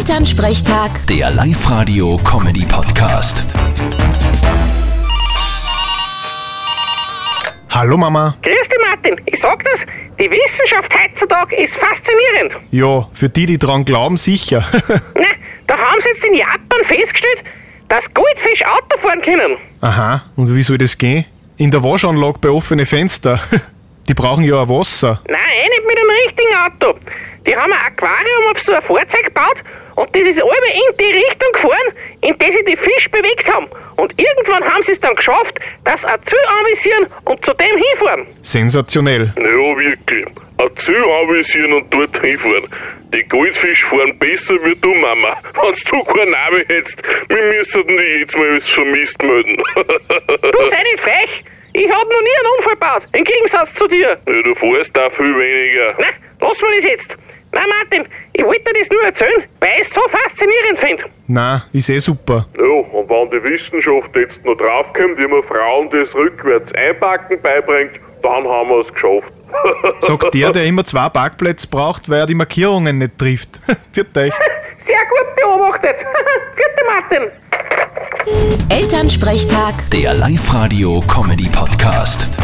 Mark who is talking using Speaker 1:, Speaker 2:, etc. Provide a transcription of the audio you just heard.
Speaker 1: Elternsprechtag,
Speaker 2: Der Live-Radio-Comedy-Podcast.
Speaker 3: Hallo Mama.
Speaker 4: Grüß dich, Martin. Ich sag das, die Wissenschaft heutzutage ist faszinierend.
Speaker 3: Ja, für die, die dran glauben, sicher.
Speaker 4: Na, da haben sie jetzt in Japan festgestellt, dass Goldfisch Auto fahren können.
Speaker 3: Aha, und wie soll das gehen? In der Waschanlage bei offene Fenster. Die brauchen ja auch Wasser.
Speaker 4: Nein, eh nicht mit einem richtigen Auto. Die haben ein Aquarium auf so ein Fahrzeug gebaut und das ist alle in die Richtung gefahren, in die sie die Fische bewegt haben. Und irgendwann haben sie es dann geschafft, das ein Ziel anvisieren und zu dem hinfahren.
Speaker 3: Sensationell.
Speaker 5: Naja, wirklich. Ein Ziel anvisieren und dort hinfahren. Die Goldfische fahren besser wie du, Mama. Wenn du keinen Namen hättest, wir müssten dich jetzt mal als vermisst melden.
Speaker 4: Du sei nicht frech. Ich hab noch nie einen Unfall gebaut, im Gegensatz zu dir.
Speaker 5: ja, du fährst da viel weniger.
Speaker 4: Na, lass mal das jetzt. Nein, Martin, ich wollte dir das nur erzählen, weil ich es so faszinierend finde.
Speaker 3: Na, ist eh super.
Speaker 5: Ja, und wenn die Wissenschaft jetzt noch draufkommt, wie man Frauen das rückwärts einpacken beibringt, dann haben wir es geschafft.
Speaker 3: Sagt der, der immer zwei Parkplätze braucht, weil er die Markierungen nicht trifft. Pfiat euch.
Speaker 4: Sehr gut beobachtet. Gute Martin.
Speaker 1: Elternsprechtag.
Speaker 2: Der Live-Radio-Comedy-Podcast.